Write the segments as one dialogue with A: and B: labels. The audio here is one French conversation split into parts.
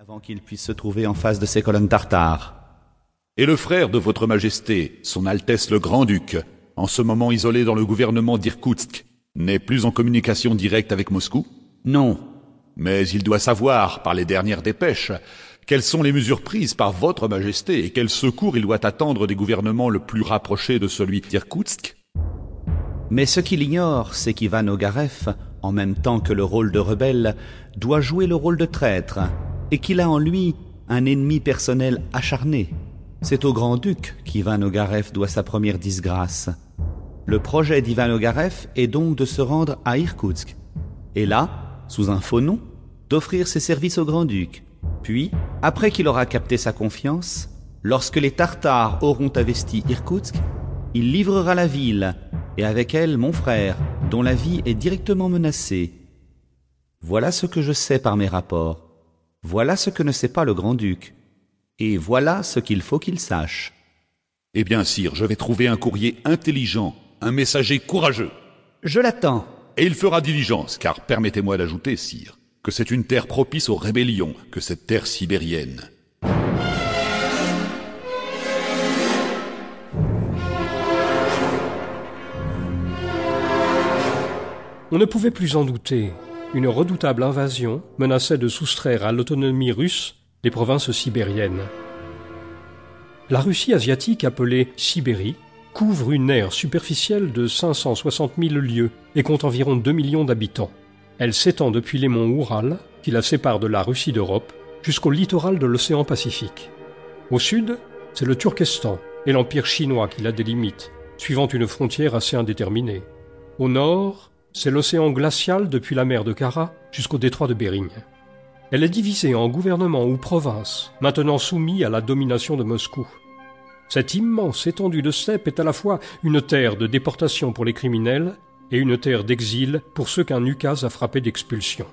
A: avant qu'il puisse se trouver en face de ses colonnes tartares.
B: Et le frère de votre majesté, son Altesse le Grand-Duc, en ce moment isolé dans le gouvernement d'Irkoutsk, n'est plus en communication directe avec Moscou
A: Non,
B: Mais il doit savoir, par les dernières dépêches, quelles sont les mesures prises par votre majesté et quel secours il doit attendre des gouvernements le plus rapprochés de celui d'Irkoutsk.
A: mais ce qu'il ignore, c'est qu'Ivan Ogareff, en même temps que le rôle de rebelle, doit jouer le rôle de traître, et qu'il a en lui un ennemi personnel acharné. C'est au grand-duc qu'Ivan Ogareff doit sa première disgrâce. Le projet d'Ivan Ogareff est donc de se rendre à Irkoutsk, et là, sous un faux nom, d'offrir ses services au grand-duc. Puis, après qu'il aura capté sa confiance, lorsque les Tartares auront investi Irkoutsk, il livrera la ville, et avec elle mon frère, dont la vie est directement menacée. Voilà ce que je sais par mes rapports. Voilà ce que ne sait pas le grand-duc. Et voilà ce qu'il faut qu'il sache.
B: Eh bien, sire, je vais trouver un courrier intelligent, un messager courageux.
A: Je l'attends.
B: Et il fera diligence, car permettez-moi d'ajouter, sire, que c'est une terre propice aux rébellions que cette terre sibérienne.
C: On ne pouvait plus en douter. Une redoutable invasion menaçait de soustraire à l'autonomie russe les provinces sibériennes. La Russie asiatique, appelée Sibérie, couvre une aire superficielle de 560 000 lieues et compte environ 2 millions d'habitants. Elle s'étend depuis les monts Oural, qui la séparent de la Russie d'Europe, jusqu'au littoral de l'océan Pacifique. Au sud, c'est le Turkestan et l'Empire chinois qui la délimite, suivant une frontière assez indéterminée. Au nord, c'est l'océan glacial depuis la mer de Kara jusqu'au détroit de Bering. Elle est divisée en gouvernements ou provinces, maintenant soumis à la domination de Moscou. Cette immense étendue de steppe est à la fois une terre de déportation pour les criminels et une terre d'exil pour ceux qu'un ukaz a frappé d'expulsion.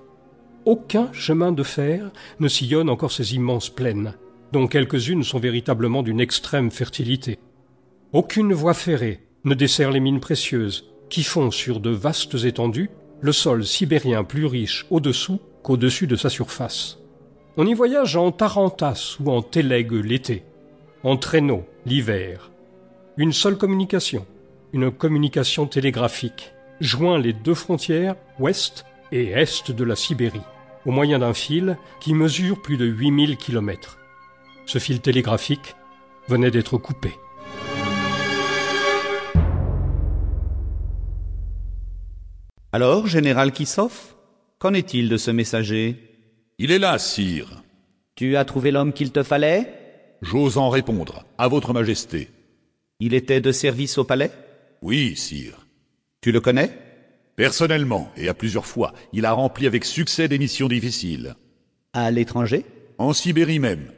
C: Aucun chemin de fer ne sillonne encore ces immenses plaines, dont quelques-unes sont véritablement d'une extrême fertilité. Aucune voie ferrée ne dessert les mines précieuses qui font sur de vastes étendues le sol sibérien plus riche au-dessous qu'au-dessus de sa surface. On y voyage en tarantas ou en télègue l'été, en traîneau l'hiver. Une seule communication, une communication télégraphique, joint les deux frontières, ouest et est de la Sibérie, au moyen d'un fil qui mesure plus de 8000 kilomètres. Ce fil télégraphique venait d'être coupé.
A: Alors, général Kissoff, qu'en est-il de ce messager
B: Il est là, sire.
A: Tu as trouvé l'homme qu'il te fallait
B: J'ose en répondre, à votre majesté.
A: Il était de service au palais
B: Oui, sire.
A: Tu le connais
B: Personnellement, et à plusieurs fois, il a rempli avec succès des missions difficiles.
A: À l'étranger
B: En Sibérie même.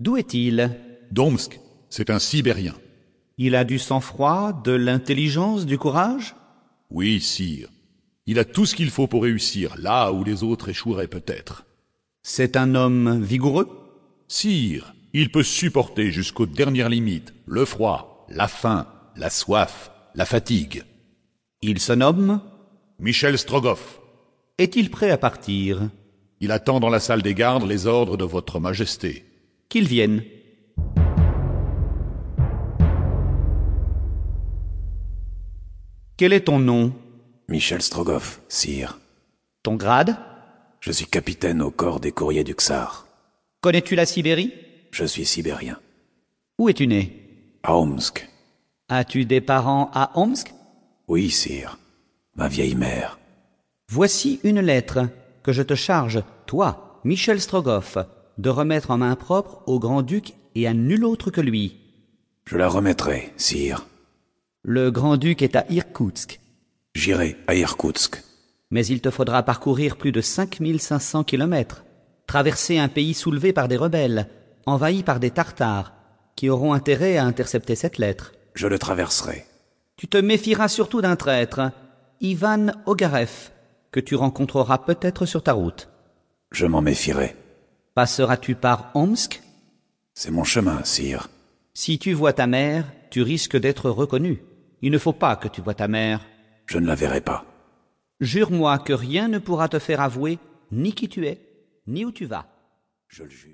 A: D'où est-il
B: Domsk, c'est un Sibérien.
A: Il a du sang-froid, de l'intelligence, du courage
B: Oui, sire. Il a tout ce qu'il faut pour réussir, là où les autres échoueraient peut-être.
A: C'est un homme vigoureux
B: Sire, il peut supporter jusqu'aux dernières limites le froid, la faim, la soif, la fatigue.
A: Il se nomme
B: Michel Strogoff,
A: Est-il prêt à partir
B: il attend dans la salle des gardes les ordres de votre majesté.
A: Qu'il vienne. Quel est ton nom
D: Michel Strogoff, sire.
A: Ton grade
D: Je suis capitaine au corps des courriers du Tsar.
A: Connais-tu la Sibérie
D: Je suis sibérien.
A: Où es-tu né
D: À Omsk.
A: As-tu des parents à Omsk
D: Oui, sire. Ma vieille mère.
A: Voici une lettre que je te charge, toi, Michel Strogoff, de remettre en main propre au grand-duc et à nul autre que lui.
D: Je la remettrai, sire.
A: Le grand-duc est à Irkoutsk,
D: J'irai à Irkoutsk.
A: mais il te faudra parcourir plus de 5500 kilomètres, traverser un pays soulevé par des rebelles, envahi par des Tartares, qui auront intérêt à intercepter cette lettre.
D: Je le traverserai.
A: Tu te méfieras surtout d'un traître, Ivan Ogareff, que tu rencontreras peut-être sur ta route.
D: Je m'en méfierai.
A: Passeras-tu par Omsk
D: C'est mon chemin, sire.
A: Si tu vois ta mère, tu risques d'être reconnu. Il ne faut pas que tu vois ta mère.
D: Je ne la verrai pas.
A: Jure-moi que rien ne pourra te faire avouer ni qui tu es, ni où tu vas.
D: Je le jure.